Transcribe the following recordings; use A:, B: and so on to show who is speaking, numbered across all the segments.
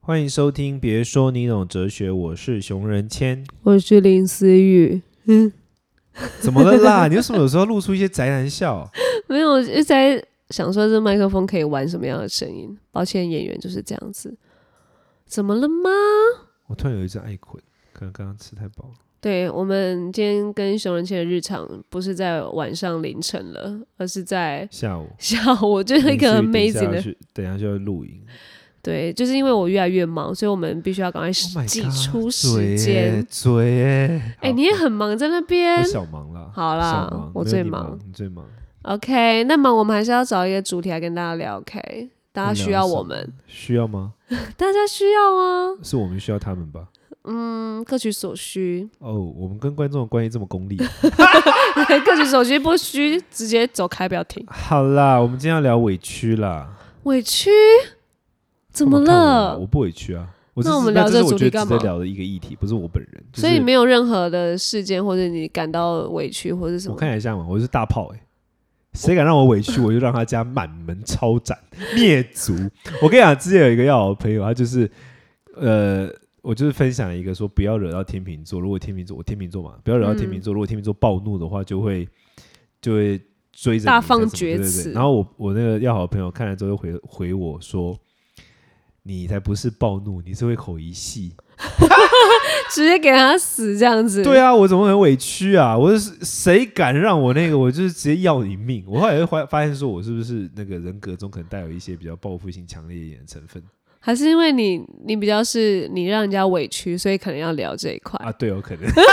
A: 欢迎收听，别说你懂哲学，我是熊仁谦。
B: 我是林思雨，
A: 怎么了啦？你为什么有时候露出一些宅男笑？
B: 没有，我一直在想说这麦克风可以玩什么样的声音。抱歉，演员就是这样子。怎么了吗？
A: 我突然有一阵爱困，可能刚刚吃太饱了。
B: 对我们今天跟熊仁谦的日常不是在晚上凌晨了，而是在
A: 下午
B: 下午，就是一个 amazing 的。
A: 的，等一下就要录影。
B: 对，就是因为我越来越忙，所以我们必须要赶快
A: Oh my
B: 挤
A: god，
B: 出时间。
A: 嘴耶，嘴耶
B: 哎、你也很忙在那边
A: 我。小忙啦。
B: 好啦
A: 小忙
B: 我
A: 没有
B: 最
A: 你
B: 忙
A: 忙，你最忙。
B: OK，那么我们还是要找一个主题来跟大家聊。OK，大家
A: 你聊
B: 需要
A: 什么
B: 我们，
A: 需要吗？
B: 大家需要啊。
A: 是我们需要他们吧？
B: 嗯，各取所需，
A: 哦，我们跟观众的关系这么功利。
B: 各取所需，不需直接走开，不要停。
A: 好啦，我们今天要聊委屈啦。
B: 委屈，怎
A: 干嘛
B: 么
A: 看我啊
B: 了？
A: 我不委屈啊。我
B: 那
A: 这
B: 我
A: 是
B: 们聊
A: 这
B: 这
A: 是
B: 个
A: 我
B: 主
A: 觉得值
B: 题干
A: 得
B: 嘛
A: 聊的一个议题，不是我本人。就
B: 所以
A: 是
B: 没有任何的事件，或者你感到委屈，或者什
A: 我
B: 么？
A: 看一下嘛，我是大炮哎、谁敢让我委屈，我就让他家满门抄斩灭 族。我跟你讲，之前有一个要好的朋友，他就是呃，我就是分享一个说不要惹到天秤座，如果天秤座我天秤座嘛，不要惹到天秤座，
B: 嗯
A: 如果天秤座暴怒的话，就会就会追着你
B: 大放
A: 干什么
B: 厥
A: 对对对
B: 词
A: 然后我我那个要好的朋友看了之后就回回我说。你才不是暴怒，你是会口一戏。
B: 直接给他死这样子？
A: 对
B: 啊，
A: 啊，我怎么会很委屈啊？我是谁敢让我那个，我就是直接要你命。我后来就发发现说，我是不是那个人格中可能带有一些比较报复性强烈一点的成分
B: 还是因为你，你比较是你让人家委屈，所以可能要聊这一块。
A: 啊？对，有可能。
B: 哎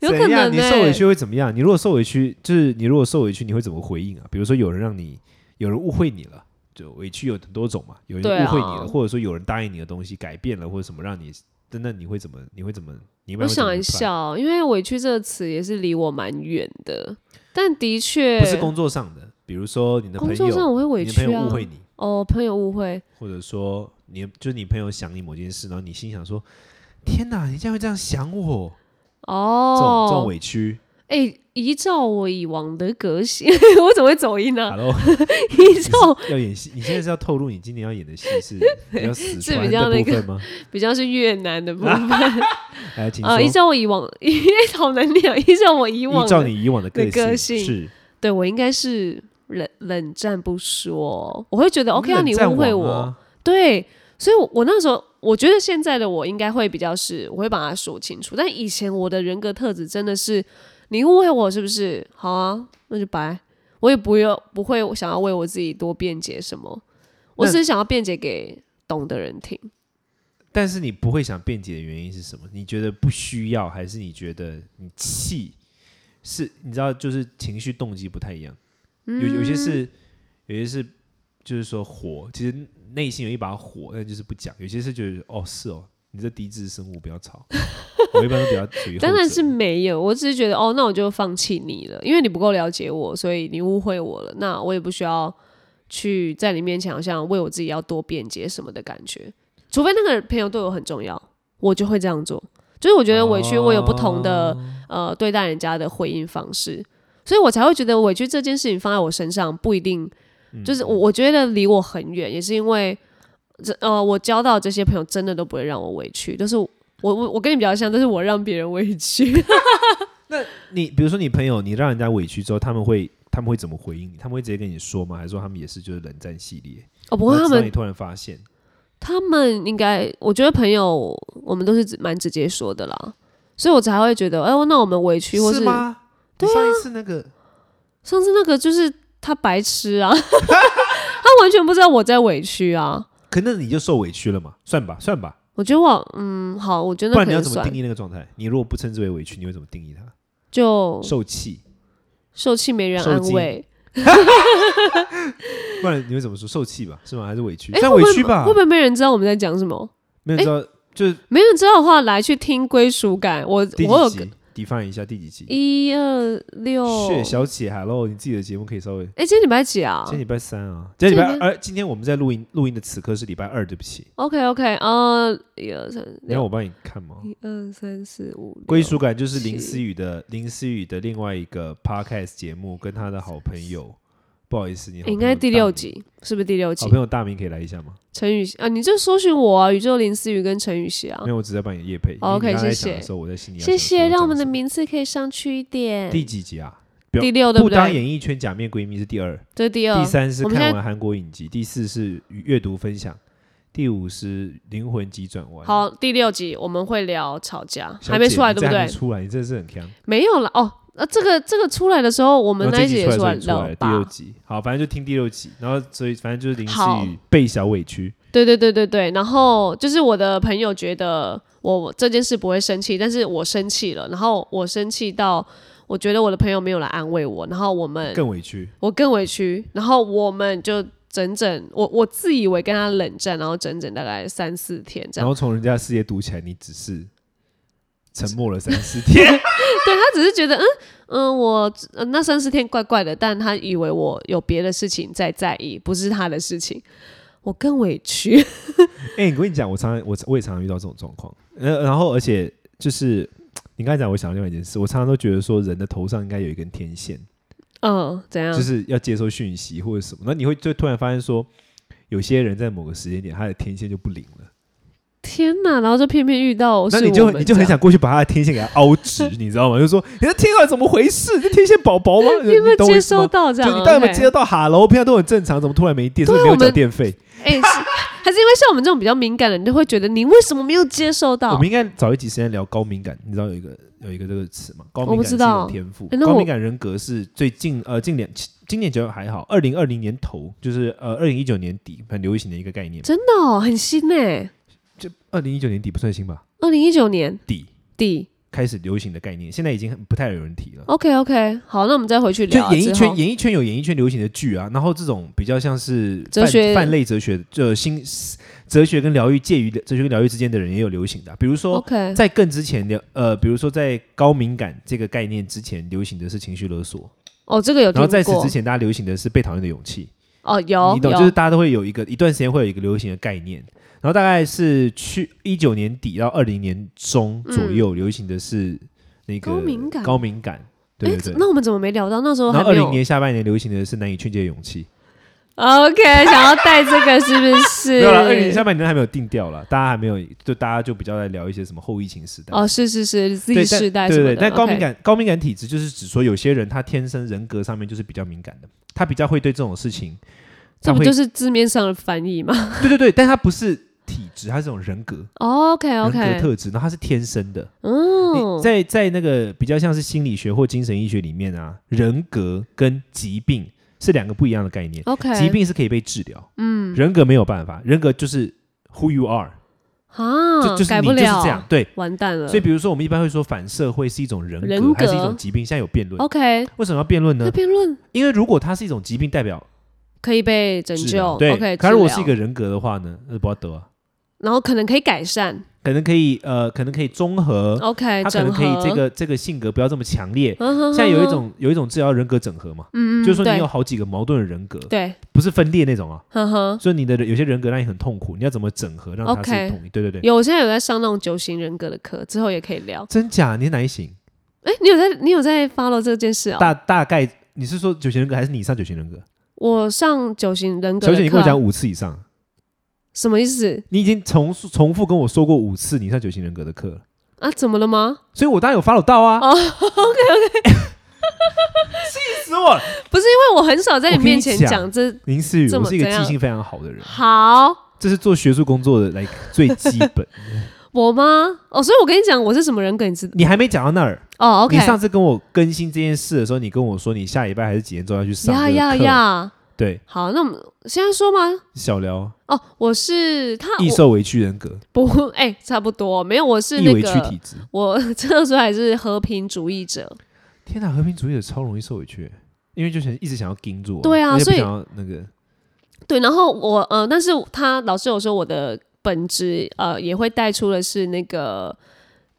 B: 有可
A: 怎样
B: 能
A: 你
B: 欸
A: 受委屈会怎么样？你如果受委屈，就是你如果受委屈，你会怎么回应啊？比如说有人让你，有人误会你了，就委屈有很多种嘛。有人
B: 对啊
A: 误会你了，或者说有人答应你的东西改变了，或者什么让你，真的你会怎么？你会怎么？你一般
B: 我
A: 会怎么
B: 想一
A: 办，
B: 下，哦因为委屈这个词也是离我蛮远的，但的确
A: 不是工作上的，比如说你的朋
B: 工作上
A: 友，
B: 我会委
A: 你的朋
B: 屈
A: 友
B: 啊
A: 误。会你。
B: 哦，朋友误会，
A: 或者说你就是你朋友想你某件事，然后你心想说：“天哪，你竟然会这样想我！”这种、
B: 哦，
A: 这种委屈
B: 哎、依照我以往的个性， 我怎么会走音呢、
A: ，Hello，
B: 依照
A: 要演戏，你现在是要透露你今年要演的戏 是比较死
B: 是
A: 传
B: 比较
A: 的
B: 那
A: 部
B: 个
A: 分吗？
B: 比较是越南的部分
A: 来，啊请说。
B: 啊，依照我以往， 好难念哦。依照我以往
A: 依
B: 的，
A: 照你以往的个
B: 的个性
A: 是
B: 对我应该是冷冷战不说，我会觉得 OK 啊，你
A: 冷
B: 误会
A: 战
B: 我，
A: 王啊
B: 对，所以我，我那时候我觉得现在的我应该会比较是，我会把它说清楚。但以前我的人格特质真的是，你误会我是不是？好啊，那就拜。我也不用不会想要为我自己多辩解什么，我
A: 那
B: 只是想要辩解给懂的人听。
A: 但是你不会想辩解的原因是什么？你觉得不需要，还是你觉得你气？是，你知道，就是情绪动机不太一样。有有些是，
B: 嗯
A: 有些是，就是说火，其实内心有一把火，但就是不讲。有些是觉得哦，是哦，你这低智生物不要吵。我一般都比较属于后者
B: 当然是没有，我只是觉得哦，那我就放弃你了，因为你不够了解我，所以你误会我了。那我也不需要去在你面前好像为我自己要多辩解什么的感觉，除非那个朋友对我很重要，我就会这样做。就是我觉得委屈，我有不同的、呃对待人家的回应方式，所以我才会觉得委屈这件事情放在我身上不一定，
A: 嗯
B: 就是我我觉得离我很远，也是因为这呃我交到这些朋友真的都不会让我委屈，就是我我我跟你比较像，但是我让别人委屈，
A: 那你比如说你朋友，你让人家委屈之后，他们会他们会怎么回应你？他们会直接跟你说吗？还是说他们也是就是冷战系列？
B: 哦不过
A: 然
B: 他
A: 后直到你
B: 们
A: 突然发现，
B: 他们应该，我觉得朋友我们都是直蛮直接说的啦，所以我才会觉得，哎、呦，那我啊们委屈或
A: 是吗？你上一次那个，
B: 上次那个就是他白痴啊， 他完全不知道我在委屈啊。
A: 可那你就受委屈了嘛？算吧，算吧，
B: 我觉得我，嗯，好，我觉得
A: 不
B: 那
A: 然
B: 可
A: 你
B: 以
A: 要怎么
B: 算
A: 定义那个状态？你如果不称之为委屈，你会怎么定义它？
B: 就
A: 受气，
B: 受气没人
A: 受
B: 安
A: 惊
B: 慰，
A: 不然你会怎么说？受气吧，是吗？还是委屈？
B: 哎
A: 算
B: 会
A: 委
B: 不
A: 屈
B: 会
A: 吧
B: 会，不会哎没人知道我们在讲什么？
A: 没有人知道，就是
B: 没人知道的话，来去听归属感。我
A: 第
B: 我有
A: 几
B: 个
A: 集？define 一下第几集？
B: 一二六，
A: 血小姐，Hello，你自己的节目可以稍微。
B: 哎，今天礼拜几啊
A: 今天礼拜三啊，今天礼拜
B: 今天
A: 二，今天我们在录音，录音的此刻是礼拜二，对不起。
B: ？OK OK，呃，一二三，
A: 你要我帮你看吗？
B: 一二三四五，六
A: 归属感就是
B: 七
A: 林思雨的林思雨的另外一个 podcast 节目，跟他的好朋友不好意思，你好朋
B: 诶
A: 友
B: 应该第六
A: 大明，
B: 集是不是第六集
A: 好？朋友大明可以来一下吗？
B: 陈雨希啊，你就搜寻我啊，宇宙林思雨跟陈雨希啊
A: 因为，我只在帮你夜配。因
B: 哦
A: 为你
B: OK，
A: 刚才
B: 谢谢
A: 讲的时候，我在心里要
B: 谢
A: 想
B: 谢，
A: 说
B: 让我们的
A: 这样
B: 名次可以上去一点
A: 子。第几集啊？不
B: 第六对
A: 不
B: 不
A: 当
B: 对？
A: 演艺圈假面闺蜜是第二，
B: 这是第二，
A: 第三是
B: 啊我们现
A: 看
B: 在
A: 完韩国影集，第四是阅读分享，第五是灵魂急转弯。
B: 好，第六集我们会聊吵架，
A: 小姐，
B: 还没出来对
A: 你
B: 不
A: 这还
B: 对
A: 没？出来，你真的是很强。
B: 没有了哦。那、这个这个出来的时候，我
A: 我
B: 们那一集
A: 集
B: 也
A: 出来的时候
B: 聊
A: 已经出来了第
B: 吧
A: 六？集，好，反正就听第六集，然后所以反正就是林
B: 好
A: 思雨被小委屈，
B: 对对对对对。然后就是我的朋友觉得我这件事不会生气，但是我生气了，然后我生气到我觉得我的朋友没有来安慰我，然后我们
A: 更委屈。
B: 我更委屈，然后我们就整整我我自以为跟他冷战，然后整整大概三四天这
A: 然
B: 样。
A: 后从人家的世界读起来，你只是沉默了三四 天。
B: 对他只是觉得嗯嗯，我、呃那三四天怪怪的，但他以为我有别的事情在在意，不是他的事情，我更委屈。
A: 哎、我跟你讲，我常常我我也常常遇到这种状况。呃，然后而且就是你刚才讲，我想到另外一件事，我常常都觉得说人的头上应该有一根天线，
B: 嗯，怎样？
A: 就是要接收讯息或者什么。那你会就突然发现说，有些人在某个时间点，他的天线就不灵了，
B: 天哪！然后就偏偏遇到是
A: 那
B: 我
A: 你
B: 们这
A: 就
B: 样，
A: 你就很想过去把他的天线给他凹 直，你知道吗？就说你的天啊，怎么回事？你的天线宝宝吗？你
B: 你有没有
A: 懂我
B: 接
A: 意思吗
B: 收到这
A: 就
B: 样？
A: 你到底有没有
B: OK
A: 接得到哈喽，平常都很正常，怎么突然没电？是不是没
B: 对啊
A: 有
B: 我们
A: 缴电费？
B: 哎、是还是因为像我们这种比较敏感的人，就会觉得你为什么没有接收
A: 我
B: 到
A: 们？应该找一集时间聊高敏感，你知道有一个有一个这个词吗？高
B: 我
A: 敏
B: 不
A: 感是
B: 知
A: 一种
B: 道
A: 天赋，
B: 诶那
A: 高
B: 我
A: 敏感人格是最近呃近两今年觉得还好，二零二零年头就是呃二零一九年底很流行的一个概念，
B: 真的、哦、很新呢、
A: 就二零一九年底不算新吧，
B: 二零一九年
A: 底
B: 底。
A: 开始流行的概念，现在已经很不太有人提了。
B: OK OK，好，那我们再回去
A: 就
B: 聊啊。
A: 演艺
B: 之
A: 圈，
B: 后
A: 演艺圈有演艺圈流行的剧啊，然后这种比较像是
B: 哲
A: 泛
B: 学
A: 泛类哲学，就新哲学跟疗愈介于哲学跟疗愈之间的人也有流行的啊、比如说
B: OK，
A: 在更之前的，呃，比如说在高敏感这个概念之前，流行的是情绪勒索，
B: 哦，这个有
A: 然
B: 听
A: 后在此
B: 过
A: 之前，大家流行的是被讨厌的勇气，
B: 哦，有
A: 你懂，
B: 有
A: 就是大家都会有一个一段时间会有一个流行的概念，然后大概是去一九年底到二零年中左右，流行的是那个
B: 嗯高敏感
A: 高敏感，对
B: 诶
A: 对对。
B: 那我们怎么没聊到那时候
A: 然
B: 还
A: 后二
B: 没有
A: 零年下半年流行的是难以劝解的勇气，
B: ？OK，想要带这个是 不
A: 没
B: 是？
A: 有了。二零年下半年还没有定调了，大家还没有，就大家就比较在聊一些什么后疫情时代
B: 哦，是是
A: 对
B: 是，Z
A: 但
B: 世代
A: 对
B: 什么
A: 对
B: 的
A: 对，但高敏
B: OK
A: 感高敏感体质就是指说有些人他天生人格上面就是比较敏感的，他比较会对这种事情，他
B: 这不
A: 会、
B: 就是字面上的翻译吗
A: 对对对，但他不是体质，他是这种人格
B: ？OK
A: 人格
B: OK，
A: 特质，然后他是天生的。你
B: 哦嗯，
A: 在在那个比较像是心理学或精神医学里面啊，人格跟疾病是两个不一样的概念，
B: OK，
A: 疾病是可以被治疗，嗯，人格没有办法，人格就是 who you are，、
B: 啊，
A: 就就是
B: 改
A: 你
B: 不
A: 就是
B: 了，
A: 这样，对。
B: 完蛋了。
A: 所以，比如说，我们一般会说反社会是一种人格，
B: 人
A: 还是一
B: 格
A: 种疾病？现在有辩论，
B: OK，
A: 为什么要辩论
B: 那
A: 呢？
B: 辩论
A: 因为如果它是一种疾病，代表
B: 可以被拯
A: 治疗
B: 救
A: 对。
B: ，OK，
A: 可如果是
B: 治
A: 一
B: 疗
A: 个人格的话呢，那不要得啊，
B: 然后可能可以改善
A: 可能可以呃，可能可以综合，
B: ，OK，
A: 呃他可能
B: 哦整
A: 可以
B: 合
A: 这，个这个性格不要这么强烈。
B: 现
A: 现在有一种有一种治疗人格整合嘛，
B: 嗯，嗯
A: 就是说
B: 对
A: 你有好几个矛盾的人格，
B: 对，
A: 不是分裂那种啊，
B: 呵呵。
A: 所以你的有些人格让你很痛苦，你要怎么整合让它是
B: OK
A: 统一？对对对，
B: 有，我现在有在上那种九型人格的课，之后也可以聊。
A: 真假你是哪一型？
B: 哎、你有在你有在 follow 这件事啊、
A: 大大概你是说九型人格还是你上九型人格？
B: 我上九型人格
A: 小
B: 的
A: 姐，
B: 课啊，
A: 你跟我讲五次以上，
B: 什么意思
A: 你已经重复重复跟我说过五次你上九型人格的课了。
B: 啊？怎么了吗？
A: 所以我当然有 follow 到啊。OK
B: 哦
A: OK，气死我了！
B: 不是因为我很少在
A: 我
B: 你
A: 跟你
B: 面前
A: 讲
B: 讲这
A: 林思雨，
B: 这么
A: 我是一个
B: 怎
A: 记
B: 样
A: 性非常好的人，
B: 好
A: 这是做学术工作的来最基本。
B: 我吗？哦，所以我跟你讲我是什么人格，你知道？
A: 你还没讲到那儿
B: 哦，OK，
A: 你上次跟我更新这件事的时候，你跟我说你下礼拜还是几天之后要去上
B: 呀
A: 这个
B: 呀
A: 课
B: 呀，
A: 对，
B: 好，那我们现在说吗？
A: 小聊
B: 哦，我是他，
A: 易
B: 我
A: 受委屈人格，
B: 不，哎、差不多，没有，我是
A: 易
B: 那
A: 委屈体
B: 个，
A: 质。
B: 我 这个时候还是和平主义者，
A: 天哪，和平主义者超容易受委屈，因为就想一直想要盯住我，
B: 对啊
A: 而且不
B: 所以
A: 想要那个
B: 对，然后我呃，但是他老师有说我的本职呃也会带出的是那个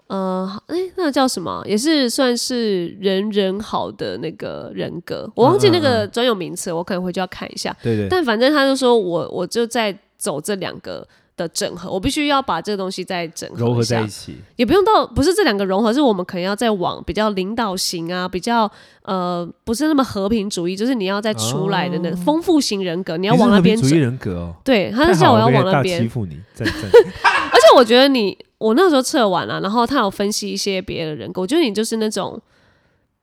B: 呃，哎，那个叫什么啊？也是算是人人好的那个人格，我忘记那
A: 嗯
B: 个专有名词，我可能回去要看一下。
A: 对对。
B: 但反正他就说我我就在走这两个的整合，我必须要把这个东西再整合
A: 柔合
B: 一下
A: 在一起，
B: 也不用到不是这两个融合，是我们可能要再往比较领导型啊，比较呃不是那么和平主义，就是你要再出来的那个丰富型人格，你要
A: 哦你是
B: 往那
A: 和平
B: 边
A: 主
B: 走
A: 义。人格哦，
B: 对，他
A: 太
B: 是叫
A: 好
B: 我
A: 了
B: 要
A: 被
B: 往那
A: 大欺
B: 边，
A: 负你，赞赞，
B: 而且我觉得你，我那时候测完了、然后他有分析一些别的人格，我觉得你就是那种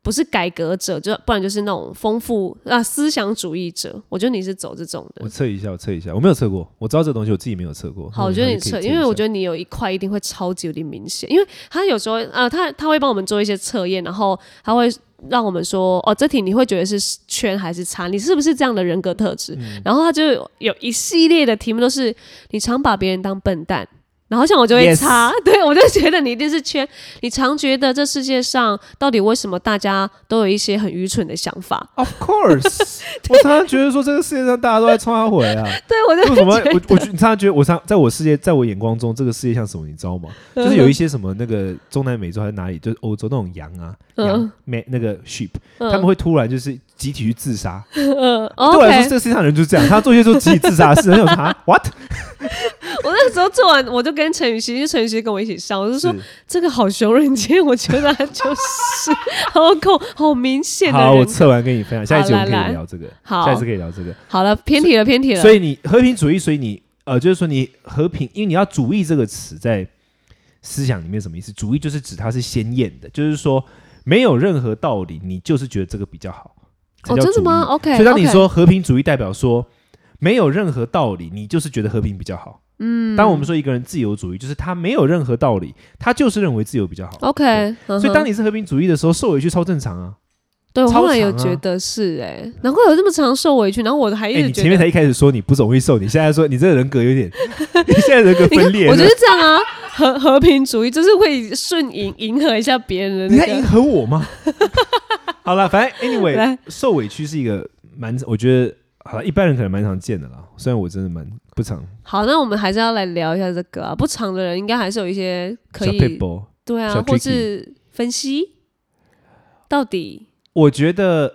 B: 不是改革者，就不然就是那种丰富啊思想主义者。我觉得你是走这种 的
A: 我。测一下，我测一下，我没有测过，我知道这东西我自己没有测过。
B: 好，我觉得你测，因为我觉
A: 得
B: 得你有一块一定会超级有点明显，因为他有时候呃，他他会帮我们做一些测验，然后他会让我们说，哦，这题你会觉得是圈还是叉，你是不是这样的人格特质？
A: 嗯
B: 然后他就有一系列的题目都是你常把别人当笨蛋。然后像我就会
A: Yes
B: 擦 对我就觉得你一定是圈，你常觉得这世界上到底为什么大家都有一些很愚蠢的想法？
A: ，Of course，我常常觉得说这个世界上大家都在冲他回啊，
B: 对我 就
A: 为什么
B: 觉得
A: 我我觉得你常常觉得我常在我世界，在我眼光中，这个世界像什么，你知道吗？
B: 嗯
A: 就是有一些什么那个中南美洲还是哪里，就是欧洲那种羊啊，羊
B: 嗯
A: 没那个 sheep，
B: 嗯
A: 他们会突然就是集体去自杀。
B: 嗯
A: 对我来说，
B: ，OK，
A: 这个世界上人就是这样，他做一些做集体自杀的事，很有 啥 what？
B: 我那时候做完，我就跟陈雨希，因为陈雨希跟我一起上，我就说
A: 是
B: 这个好熊人间，我觉得他就是好恐好明显的
A: 好，我
B: 人。
A: 测完跟你分享，下一集我
B: 好
A: 们可
B: 来
A: 以
B: 来
A: 聊这个，
B: 好
A: 下一次可以聊这个。
B: 好了，偏题了，偏题了。
A: 所以你和平主义，所以你呃，就是说你和平，因为你要“主义”这个词在思想里面什么意思？主义就是指它是鲜艳的，就是说没有任何道理，你就是觉得这个比较好。这
B: 哦，
A: 叫
B: 真的
A: 主义
B: 吗？OK，
A: 所以当你说和平主义，代表说没有任何道理，你就是觉得和平比较好。嗯，当我们说一个人自由主义，就是他没有任何道理，他就是认为自由比较好。
B: OK，, 嗯 o k
A: 所以当
B: 你
A: 你是和平主义的时候，受委屈超正常啊。
B: 哦对我
A: 超
B: 后来有
A: 长啊
B: 觉得是哎、难怪有这么长受委屈，然后我还
A: 哎、
B: 一直
A: 你
B: 觉
A: 前面
B: 得，
A: 才一开始说你不容易受，你现在说你这个人格有 点，你现在人格
B: 哎你看
A: 分裂。
B: 我
A: 是
B: 就
A: 吧
B: 是这样啊，和 和平主义就是会顺迎迎合一下别人的
A: 你
B: 那
A: 在迎
B: 个。
A: 合我吗？ 好了，反 正 anyway，
B: 来
A: 受委屈是一个蛮，我觉得好了，一般人可能蛮常见的啦。虽然我真的蛮不常
B: 好，那我们还是要来聊一下这个啊，不长的人应该还是有一些可
A: 小
B: 以
A: p e
B: 对
A: 小
B: 啊，或
A: tricky
B: 是分析到底
A: 我觉得，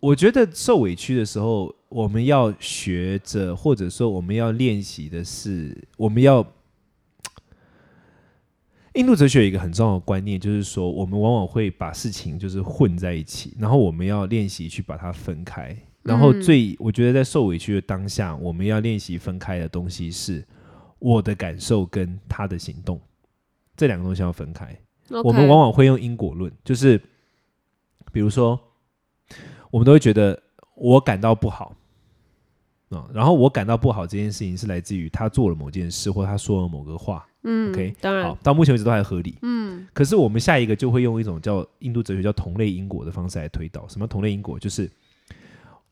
A: 我觉得受委屈的时候，我们要学着，或者说我们要练习的是，我们要。嗯印度哲学有一个很重要的观念，就是说，我们往往会把事情就是混在一起，然后我们要练习去把它分开。然后
B: 嗯
A: 最，我觉得在受委屈的当下，我们要练习分开的东西是我的感受跟他的行动，这两个东西要分开。
B: OK，
A: 我们往往会用因果论，就是比如说，我们都会觉得我感到不好，啊、然后我感到不好这件事情是来自于他做了某件事或他说了某个话，
B: 嗯
A: OK，
B: 当然
A: 好，到目前为止都还合理。
B: 嗯
A: 可是我们下一个就会用一种叫印度哲学叫同类因果的方式来推导。什么同类因果？就是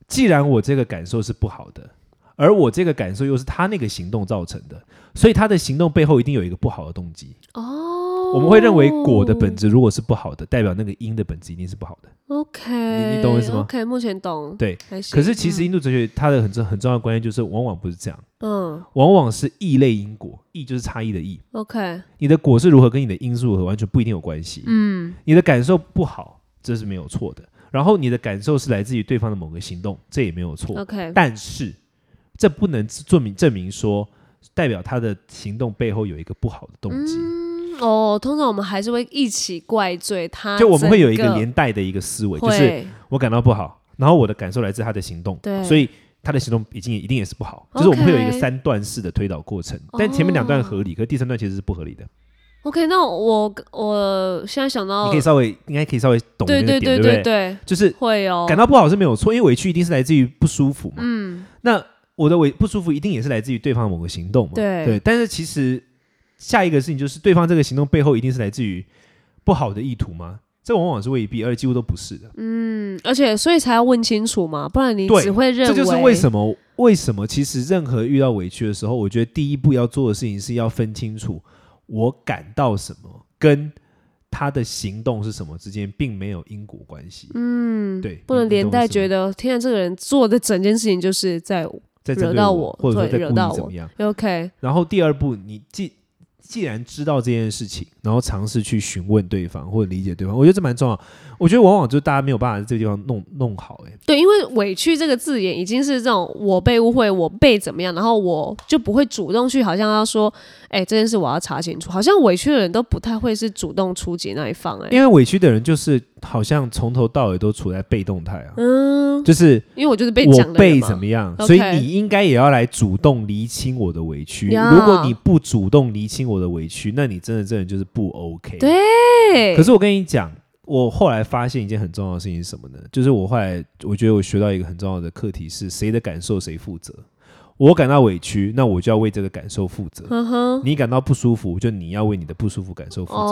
A: 既然我这个感受是不好的，而我这个感受又是他那个行动造成的，所以他的行动背后一定有一个不好的动机。
B: 哦，
A: 我们会认为果的本质如果是不好的，代表那个因的本质一定是不好的。
B: OK，
A: 你你懂我意思吗
B: ？OK，目前懂，
A: 对，
B: 还嗯行。
A: 可是其实印度哲学它的很重很重要的观念就是，往往不是这样，
B: 嗯
A: 往往是异类因果，异就是差异的异。
B: 嗯，OK，
A: 你的果是如何跟你的因是如何完全不一定有关系。
B: 嗯
A: 你的感受不好，这是没有错的。然后你的感受是来自于对方的某个行动，这也没有错。
B: ，OK，
A: 但是这不能证明证明说代表他的行动背后有一个不好的动机。
B: 嗯哦，通常我们还是会一起怪罪他，
A: 就我们会有一
B: 整
A: 个连带的一个思维，就是
B: 会
A: 我感到不好，然后我的感受来自他的行动，
B: 对
A: 所以他的行动已经一定也是不好，就是我们
B: OK 哦
A: 会有一个三段式的推导过程，但前面两段合理，可是第三段其实是不合理的。
B: OK。那我我现在想到，
A: 你可以稍微应该可以稍微懂那
B: 对
A: 个
B: 对
A: 点，
B: 哦对
A: 不
B: 对对，
A: 就是
B: 会哦，
A: 感到不好是没有错，因为委屈一定是来自于不舒服嘛。
B: 嗯
A: 那我的委不舒服一定也是来自于对方的某个行动嘛。
B: 对
A: 但是其实下一个事情就是对方这个行动背后一定是来自于不好的意图吗？这往往是未必，而且几乎都不是的。
B: 嗯，而且所以才要问清楚嘛，不然你
A: 对
B: 只会认
A: 这
B: 为
A: 就是为什么为什么其实任何遇到委屈的时候，我觉得第一步要做的事情是要分清楚我感到什么跟他的行动是什么之间并没有因果关系。
B: 嗯，
A: 对，
B: 不能连带觉
A: 得
B: 得，天啊，这个人做的整件事情就是在
A: 在针对
B: 惹到
A: 我
B: 我，
A: 或者说
B: 对
A: 在
B: 惹
A: 故
B: 到
A: 意怎
B: 我
A: 么样。
B: OK，
A: 然后第二步，你既既然知道这件事情，然后尝试去询问对方或者理解对方，我觉得这蛮重要。我觉得往往就是大家没有办法在这个地方弄弄好、欸，
B: 对，因为委屈这个字眼已经是这种我被误会，我被怎么样，然后我就不会主动去，好像要说，哎、这件事我要查清楚。好像委屈的人都不太会是主动出击那一方、哎，
A: 因为委屈的人就是好像从头到尾都处在被动态啊，
B: 嗯，
A: 就是
B: 因为我就是被讲
A: 我
B: 的人
A: 被
B: 嘛
A: 怎么样，
B: OK
A: 所以你应该也要来主动厘清我的委屈。
B: 呀
A: 如果你不主动厘清我的委屈，那你真的真的就是不 OK。
B: 对
A: 可是我跟你讲，我后来发现一件很重要的事情是什么呢？就是我后来我觉得我学到一个很重要的课题是，谁的感受谁负责。我感到委屈，那我就要为这个感受负责；
B: 嗯哼，
A: 你感到不舒服，就你要为你的不舒服感受负责。我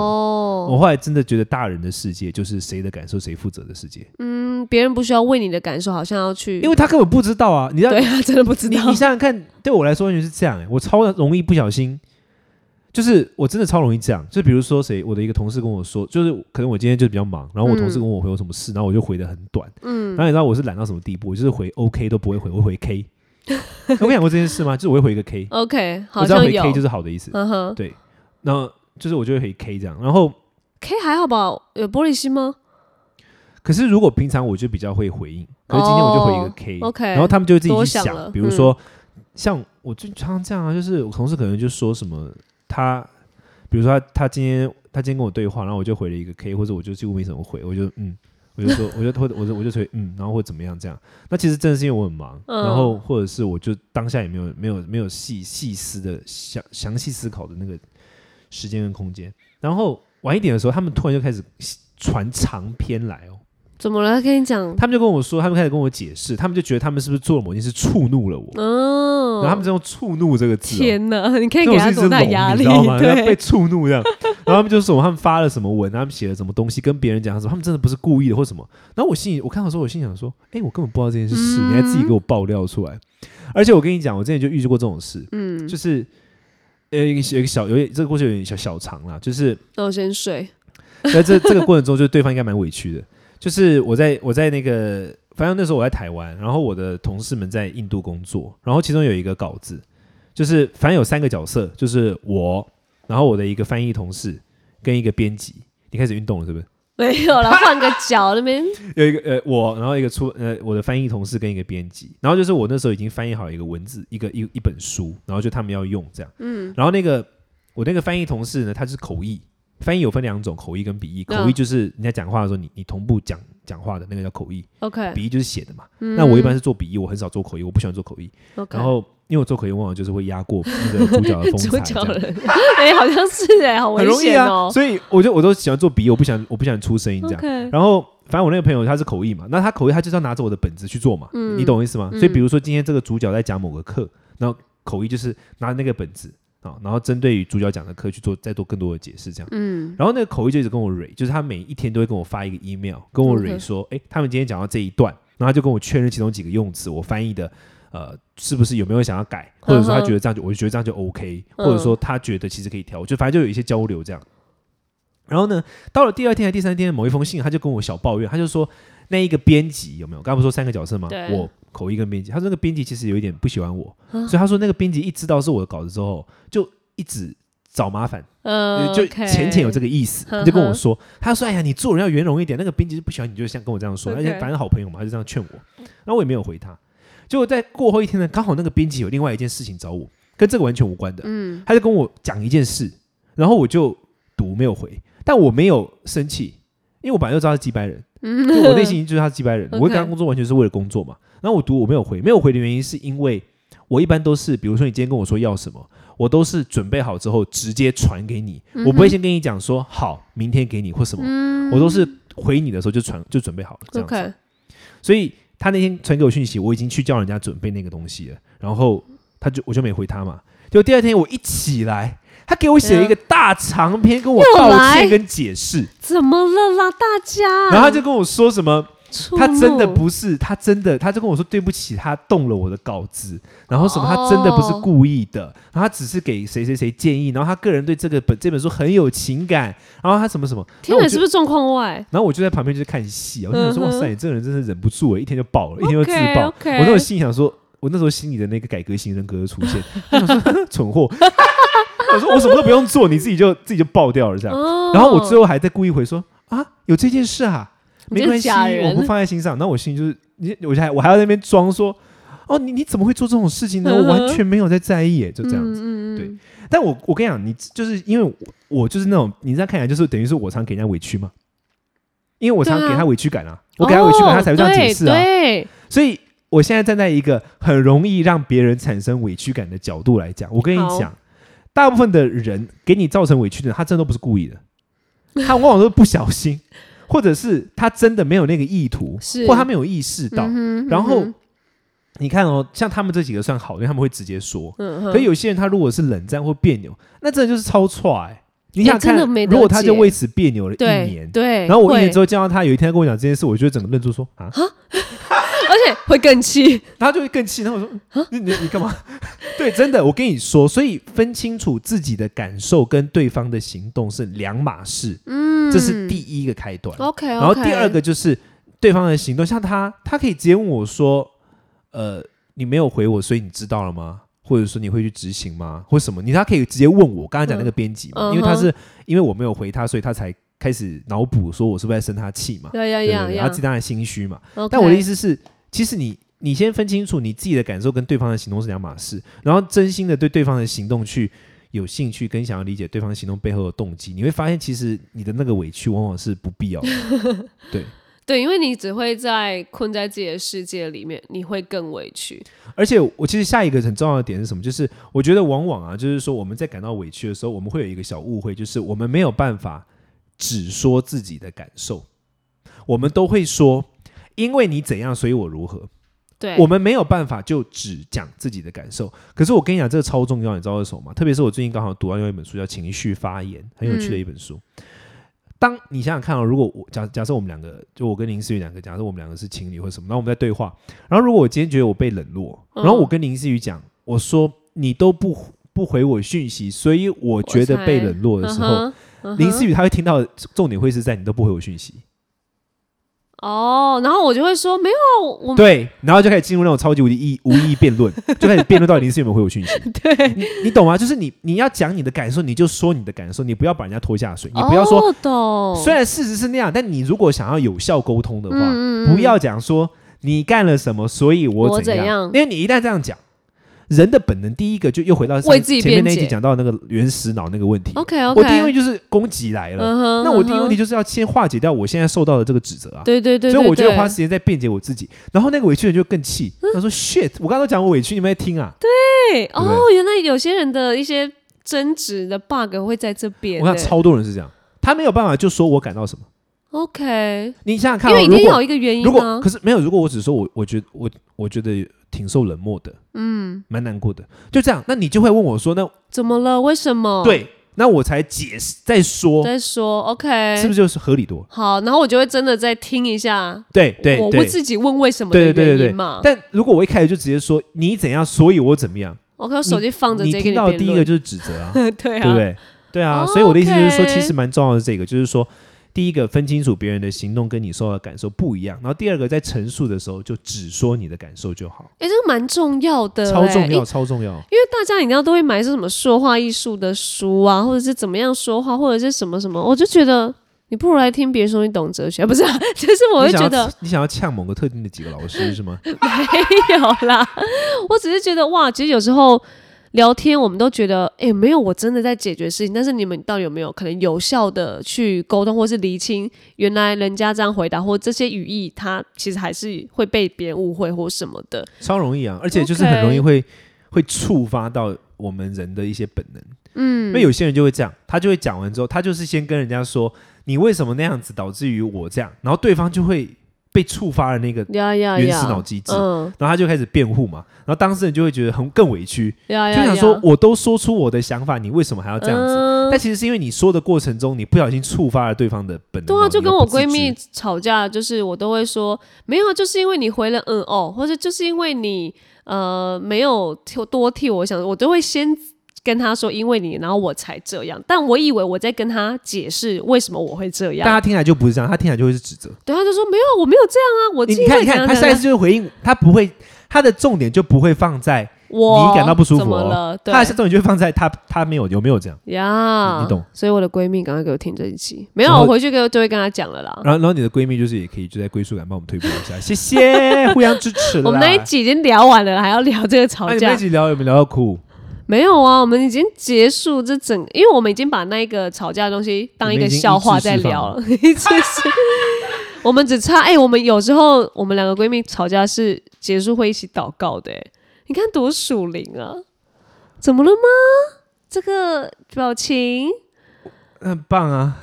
B: 哦，
A: 后来真的觉得，大人的世界就是谁的感受谁负责的世界，
B: 嗯，别人不需要为你的感受，好像要去，
A: 因为他根本不知道啊。你让
B: 对啊，真的不知
A: 你
B: 道
A: 你，想想看，对我来说完全是这样、欸，我超容易不小心，就是我真的超容易这样。就比如说谁，我的一个同事跟我说，就是可能我今天就比较忙，然后我同事
B: 嗯
A: 跟我回我什么事，然后我就回的很短。
B: 嗯
A: 然后你知道我是懒到什么地步？我就是回 OK 都不会回，我会回 K。我跟你讲过这件事吗？就是我会回一个 K，
B: ，OK，
A: 我
B: 哦好
A: 知道
B: 像
A: 回
B: 有
A: K，就是好的意思。
B: 嗯哼
A: 对，然后就是我就会回 K 这样。然后
B: ，K 还好吧？有玻璃心吗
A: 可是如果平常我就比较会回应，可是今天我就回一个 K，、
B: ？OK，
A: 然后他们就会自己去
B: 多想
A: 想，
B: 了
A: 比如说、像我最常这样啊，就是我同事可能就说什么他，比如说他他今天他今天跟我对话，然后我就回了一个 K，或者我就几乎没怎么回，我就嗯。我就说，我就或者我就我就回嗯，然后或怎么样这样。那其实真的是因为我很忙，
B: 嗯
A: 然后或者是我就当下也没有没有没有细细思的详详细思考的那个时间跟空间。然后晚一点的时候，他们突然就开始传长篇来哦，
B: 怎么了？跟你讲，
A: 他们就跟我说，他们开始跟我解释，他们就觉得他们是不是做了某件事触怒了我，然
B: 嗯，
A: 后他们就用“触怒”这个字、哦。
B: 天哪， 你可以
A: 这种
B: 给他
A: 事
B: 多
A: 情
B: 大
A: 真
B: 压
A: 聋，
B: 力？
A: 你知道吗？ 然后被
B: 对，
A: 触怒这样，然后他们就说他们发了什么文，他们写了什么东西，跟别人讲什么，他们真的不是故意的或什么。然后我心里，我看到说，我心想说，哎，我根本不知道这件事，
B: 嗯
A: 你还自己给我爆料出来。而且我跟你讲，我之前就遇过这种事，
B: 嗯，
A: 就是呃，有一个有一个小有点这个故事有点小小长啦，就是
B: 那我先睡。
A: 在这这个过程中，就是对方应该蛮委屈的。就是我在我在那个，反正那时候我在台湾，然后我的同事们在印度工作，然后其中有一个稿子，就是反正有三个角色，就是我，然后我的一个翻译同事跟一个编辑。你开始运动了是不是？
B: 没有啦，换个脚那边。
A: 有一个呃我，然后一个出呃我的翻译同事跟一个编辑，然后就是我那时候已经翻译好一个文字一个一一本书，然后就他们要用这样，嗯，然后那个我那个翻译同事呢，他是口译，翻译有分两种，口译跟笔译，口译
B: 嗯
A: 就是人家讲话的时候你你同步讲讲话的那个叫口译，
B: OK，
A: 笔译就是写的嘛，
B: 嗯
A: 那我一般是做笔译，我很少做口译，我不喜欢做口译，
B: OK。
A: 然后因为我做口译往往就是会压过那个主角的风
B: 嗯 主
A: 采这
B: 角
A: 样，
B: 人，哎，好像是哎，好
A: 很
B: 危
A: 容易
B: 险
A: 啊，
B: 哦。
A: 所以我就我都喜欢做笔译，我不想我不想出声音这样。
B: OK，
A: 然后反正我那个朋友他是口译嘛，那他口译他就是要拿着我的本子去做嘛，
B: 嗯
A: 你懂我意思吗？
B: 嗯
A: 所以比如说今天这个主角在讲某个课，然后口译就是拿那个本子啊，然后针对于主角讲的课去做再做更多的解释这样。
B: 嗯，
A: 然后那个口译就一直跟我蕊，就是他每一天都会跟我发一个 email，跟我蕊
B: OK
A: 说，哎、他们今天讲到这一段，然后他就跟我确认其中几个用词，我翻译的。呃，是不是有没有想要改，或者
B: 嗯
A: 说他觉得这样就，我就觉得这样就 OK，、或者说他觉得其实可以调，就反正就有一些交流这样。然后呢，到了第二天还第三天，某一封信，他就跟我小抱怨，他就说那一个编辑有没有？刚刚不是说三个角色吗
B: 对？
A: 我口译跟编辑，他说那个编辑其实有一点不喜欢我，
B: 啊
A: 所以他说那个编辑一知道是我的稿子之后，就一直找麻烦，
B: 呃，
A: 就浅浅有这
B: 个，
A: 个意思，
B: 呵呵
A: 他就跟我说，他说：“哎呀，你做人要圆融一点。”那个编辑就不喜欢你，就像跟我这样说，而
B: OK
A: 且反正好朋友嘛，他就这样劝我，然后我也没有回他。结果在过后一天呢，刚好那个编辑有另外一件事情找我，跟这个完全无关的，
B: 嗯
A: 他就跟我讲一件事，然后我就读没有回，但我没有生气，因为我本来就知道他是几百人，
B: 嗯，
A: 就我内 心就是他是几百人，
B: OK
A: 我会跟他工作完全是为了工作嘛。然后我读我没有回，没有回的原因是因为我一般都是，比如说你今天跟我说要什么，我都是准备好之后直接传给你，
B: 嗯哼
A: 我不会先跟你讲说好明天给你或什么，
B: 嗯
A: 我都是回你的时候就传就准备好了这样子。
B: OK，
A: 所以他那天传给我讯息，我已经去叫人家准备那个东西了，然后他就我就没回他嘛。就第二天我一起来，他给我写了一个大长篇跟我
B: 啊又
A: 道
B: 来嗯
A: 歉跟解释，
B: 怎么了啦，大家？
A: 然后他就跟我说什么。
B: 触
A: 他真的
B: 怒，
A: 不是，他真的，他就跟我说对不起，他动了我的稿子，然后什么，他真的不是故意的，然后他只是给谁谁谁建议，然后他个人对这个本这本书很有情感，然后他什么什么，然
B: 天
A: 后
B: 哪，
A: 我
B: 是
A: 就
B: 不是状况外
A: 然后我就在旁边就是看戏啊，我就想说、
B: 嗯哼
A: 哇塞，你这个人真是忍不住哎，一天就爆了，一天就自爆。
B: OK，OK
A: 我那时候 心里想说，我那时候心里的那个改革型人格就出现，我想说 蠢货。我说我什么都不用做，你自己就自己就爆掉了这样。
B: 哦
A: 然后我最后还在故意回说啊，有这件事啊，
B: 你
A: 没
B: 这
A: 关系，
B: 假人
A: 我不放在心上。那我心里就是你，我还我还要在那边装说，哦，你你怎么会做这种事情呢？我完全没有在在意耶，就这样子。
B: 嗯嗯嗯嗯
A: 对但我我跟你讲，你就是因为我我就是那种，你这样看起来就是等于是我常给人家委屈嘛，因为我常
B: 对啊
A: 给他委屈感啊，我给他委屈感，
B: 哦
A: 他才会这样解释啊。
B: 对，对
A: 所以我现在站在一个很容易让别人产生委屈感的角度来讲，我跟你
B: 好
A: 讲，大部分的人给你造成委屈的，他真的都不是故意的，他往往都是不小心，或者是他真的没有那个意图，
B: 是
A: 或他没有意识到。
B: 嗯哼
A: 然后、
B: 嗯
A: 你看哦，像他们这几个算好的，因为他们会直接说。
B: 嗯
A: 可有些人他如果是冷战或别扭，那真的就是超踹、你想想
B: 哎真
A: 看
B: 的没，得
A: 如果他就
B: 解
A: 为此别扭了一
B: 对
A: 年，
B: 对，
A: 然后我一
B: 会
A: 年之后见到他，有一天他跟我讲这件事，我就会整个愣住说啊，
B: 而且会更气，
A: 他就会更气。然后我
B: 啊
A: 说：“你你你干嘛？” 对，真的，我跟你说，所以分清楚自己的感受跟对方的行动是两码事，
B: 嗯，
A: 这是第一个开端。
B: OK，
A: 然后第二个就是对方的行动，像他，他可以直接问我说：“呃，你没有回我，所以你知道了吗？”或者说你会去执行吗？或什么？你他可以直接问我，刚才讲那个编辑嘛，
B: 嗯
A: 因为他
B: 嗯哼
A: 是因为我没有回他，所以他才开始脑补说我是不是在生他气嘛？
B: 呀呀
A: 对对
B: 呀
A: 对，然后
B: 呀
A: 自己，当然心虚嘛。但
B: OK
A: 我的意思是，其实你你先分清楚你自己的感受跟对方的行动是两码事，然后真心的对对方的行动去有兴趣，跟想要理解对方行动背后的动机，你会发现其实你的那个委屈往往是不必要的。对，
B: 对，因为你只会在困在自己的世界里面，你会更委屈。
A: 而且我其实下一个很重要的点是什么？就是我觉得往往啊，就是说我们在感到委屈的时候，我们会有一个小误会，就是我们没有办法只说自己的感受，我们都会说。因为你怎样，所以我如何。
B: 对，
A: 我们没有办法就只讲自己的感受。可是我跟你讲，这个超重要，你知道为什么吗？特别是我最近刚好读完有一本书叫《情绪发言》，很有趣的一本书。当你想想看哦，如果我假假设我们两个，就我跟林思雨两个，假设我们两个是情侣或什么，然后我们在对话，然后如果我今天觉得我被冷落，
B: 嗯
A: 然后我跟林思雨讲，我说你都不不回我讯息，所以我觉得被冷落的时候，
B: 嗯哼
A: 林思雨她会听到，重点会是在你都不回我讯息，
B: 哦，然后我就会说没有啊，我我
A: 对，然后就开始进入那种超级无敌意无意义辩论，就开始辩论到底林思雨有没有回我讯息。
B: 对，
A: 你你懂吗？就是你你要讲你的感受，你就说你的感受，你不要把人家拖下水，你不要说。
B: 哦懂，
A: 虽然事实是那样，但你如果想要有效沟通的话，
B: 嗯嗯嗯
A: 不要讲说你干了什么，所以
B: 我
A: 我
B: 怎
A: 怎
B: 样
A: 因为你一旦这样讲，人的本能第一个就又回到上
B: 为自己
A: 前面那一
B: 辩
A: 集
B: 解
A: 讲到那个原始脑那个问题。
B: OK OK，
A: 我第一个问题就是攻击来了，
B: 嗯哼，
A: 那我第一个
B: 嗯哼
A: 问题就是要先化解掉我现在受到的这个指责啊。
B: 对对对，
A: 所以我
B: 对
A: 就会花
B: 对嗯
A: 时间在辩解我自己，然后那个委屈人就更气，他说 shit，我刚刚都讲我委屈，你们在听啊？
B: 对
A: 不对
B: 哦，原来有些人的一些争执的 bug 会在这边
A: 我看
B: 欸。
A: 超多人是这样，他没有办法就说我感到什么。
B: OK，
A: 你想想看、哦，
B: 因为一定
A: 如
B: 要有
A: 果
B: 一个原因
A: 如果
B: 啊。
A: 可是没有，如果我只说我我觉得我我觉得挺受冷漠的，嗯，蛮难过的，就这样，那你就会问我说，那、
B: 怎么了？为什么？，
A: 对，那我才解释再说，
B: 再说 OK，
A: 是不是就是合理多？
B: 好，然后我就会真的再听一下，
A: 对对
B: 我
A: 对
B: 会。自己问为什么的
A: 对对对对
B: 原因
A: 对
B: 嘛。
A: 但如果我一开始就直接说你怎样，所以我怎么样，
B: 我看我手机放着
A: 你
B: 这个，
A: 听到的第一个
B: 辩
A: 就是指责啊，
B: 论 对啊，
A: 对不对？对啊，
B: 哦
A: 所以我的意思就是说，
B: ，OK
A: 其实蛮重要的这个，就是说，第一个分清楚别人的行动跟你受到的感受不一样，然后第二个在陈述的时候就只说你的感受就好，
B: 哎、这个蛮重要的、
A: 超重
B: 诶
A: 要，超重要。
B: 因为大家你知道都会买是什么说话艺术的书啊，或者是怎么样说话，或者是什么什么，我就觉得你不如来听别人说你懂哲学，不是、啊？ 就是我会
A: 你想
B: 觉
A: 要
B: 得
A: 你想要呛某个特定的几个老师是吗？
B: 没有 啦，我只是觉得哇，其实有时候聊天我们都觉得，哎、没有，我真的在解决事情，但是你们到底有没有可能有效的去沟通，或是厘清原来人家这样回答，或这些语义，它其实还是会被别人误会或什么的。
A: 超容易啊，而且就是很容易会会触发到我们人的一些本能。嗯，因为有些人就会这样，他就会讲完之后，他就是先跟人家说你为什么那样子导致于我这样，然后对方就会被触发的那个，
B: 呀呀
A: 原始脑
B: 呀！
A: 机制。
B: 嗯，
A: 然后他就开始辩护嘛，然后当事人就会觉得很更委屈，
B: 呀
A: 就
B: 哎呀呀！
A: 想说我都说出我的想法，你为什么还要这样子？
B: 嗯
A: 但其实是因为你说的过程中，你不小心触发了对方的本能。
B: 对啊，就跟我闺
A: 你又
B: 蜜
A: 不自知
B: 吵架，就是我都会说没有啊，就是因为你回了嗯哦，或者就是因为你呃没有替多替我想，我都会先跟她说因为你，然后我才这样。但我以为我在跟她解释为什么我会这
A: 大家
B: 样，
A: 听起来就不是这样，他听起来就会是指责。
B: 对，她就说没有，我没有这样啊，我自
A: 你
B: 己
A: 你看，
B: 会
A: 你
B: 怎
A: 看，
B: 样
A: 他
B: 怎
A: 下一
B: 样
A: 次。就会回应，他不会，他的重点就不会放在
B: 我
A: 你感到不舒服
B: 怎么
A: 哦
B: 了？对
A: 他的重点就会放在他他没有有没有这样，
B: 呀
A: 你你懂。
B: 所以我的闺蜜赶快给我听这一集，没有，啊
A: 然后
B: 我回去给我就会跟她讲了啦。
A: 然后然后你的闺蜜就是也可以就在归属感帮我们推广一下，谢谢， 互相支持啦。啊
B: 我们那一集已经聊完了，还要聊这个吵
A: 那你们
B: 架
A: 一？起聊有没有聊到哭？
B: 没有啊，我们已经结束这整，因为我们已经把那一个吵架的东西当一
A: 你们
B: 个
A: 已经
B: 笑话在聊了， 一次是。我们只差哎、我们有时候我们两个闺蜜吵架是结束会一起祷告的、哎你看多属灵啊！怎么了吗？这个表情
A: 很棒啊，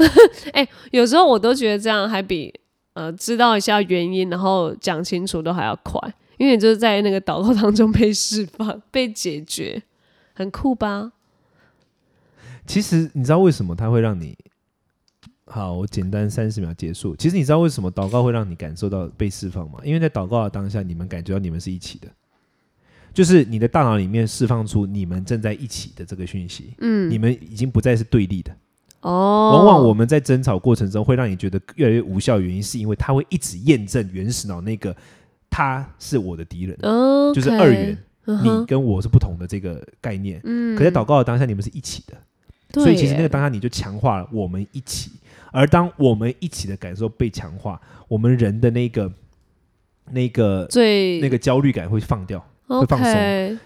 B: 有时候我都觉得这样还比呃知道一下原因，然后讲清楚都还要快，因为你就是在那个祷告当中被释放、被解决，很酷吧？
A: 其实你知道为什么它会让你好？我简单三十秒结束。其实你知道为什么祷告会让你感受到被释放吗？因为在祷告的当下，你们感觉到你们是一起的，就是你的大脑里面释放出你们正在一起的这个讯息。嗯，你们已经不再是对立的。
B: 哦，
A: 往往我们在争吵过程中会让你觉得越来越无效，原因是因为它会一直验证原始脑那个他是我的敌人，
B: o
A: 就是二元，，
B: 嗯
A: 你
B: 哼
A: 跟我是不同的这个概念。
B: 嗯，
A: 可在祷告的当下，你们是一起的。
B: 对
A: 所以其实那个
B: 耶
A: 当下你就强化了我们一起，而当我们一起的感受被强化，我们人的那个、那个、
B: 最
A: 那个焦虑感会放掉。
B: OK，
A: 放松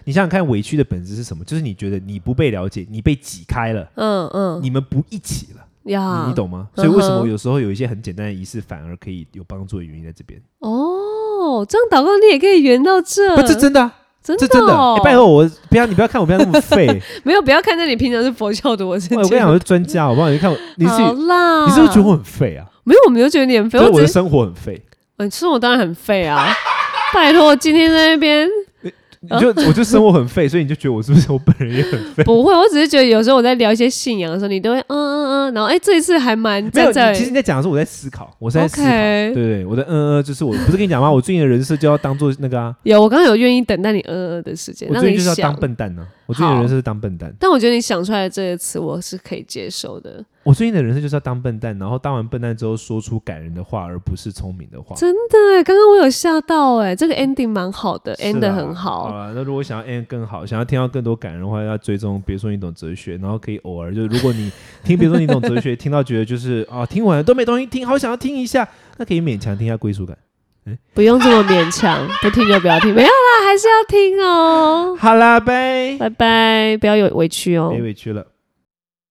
A: 你想想看，委屈的本质是什么？就是你觉得你不被了解，你被挤开了，
B: 嗯嗯，
A: 你们不一起了，
B: 呀，
A: 你你懂吗？
B: 嗯
A: 所以为什么
B: 哼
A: 有时候有一些很简单的仪式反而可以有帮助的原因在这边？
B: 哦？这样祷告你也可以圆到这，
A: 不，这真的啊，
B: 嗯真
A: 这真的啊。
B: 哦
A: 哎拜托我，不要你不要看我，不要那么 废。
B: 没有，不要看着你平常是佛教的，我是
A: 我跟你讲，我是专家，我帮你看我。你是
B: 好啦，
A: 你是不是觉得我很废啊？
B: 没有？我没有觉得你很肥，
A: 就是
B: 我
A: 我
B: 只
A: 的
B: 是
A: 生活很废。
B: 嗯，吃我当然很废啊！ 拜托，我今天在那边
A: 你就我就生活很废，所以你就觉得我是不是我本人也很废？
B: 不会，我只是觉得有时候我在聊一些信仰的时候，你都会嗯嗯嗯，然后哎、这一次还蛮
A: 没有，
B: 站在
A: 你其实你在讲的是我在思考，我是在思考
B: OK
A: 对对对，我的嗯嗯，就是我不是跟你讲吗？我最近的人设就要当做那个啊，
B: 有我刚刚有愿意等待你嗯嗯的时间，
A: 我
B: 让
A: 最
B: 你
A: 近就是要
B: 想
A: 当。笨蛋呢、我最近的人设是当笨蛋，
B: 但我觉得你想出来的这个词，我是可以接受的，
A: 我最近的人设就是要当笨蛋，然后当完笨蛋之后说出感人的话，而不是聪明的话。
B: 真的欸耶。刚刚我有吓到哎、这个 ending 蛮好的
A: 是啊嗯
B: ，end 的
A: 啦
B: 很
A: 好
B: 好。
A: 了，那如果想要 end 更好，想要听到更多感人的话，要追踪别说你懂哲学，然后可以偶尔就是，如果你听别说你懂哲 学，听到觉得就是啊，听完了都没东西听，好想要听一下，那可以勉强听一下归属感。
B: 不用这么勉强，不听就不要听，没有啦，还是要听哦。
A: 好啦，拜，
B: 拜拜，不要有委屈哦。
A: 别委屈了。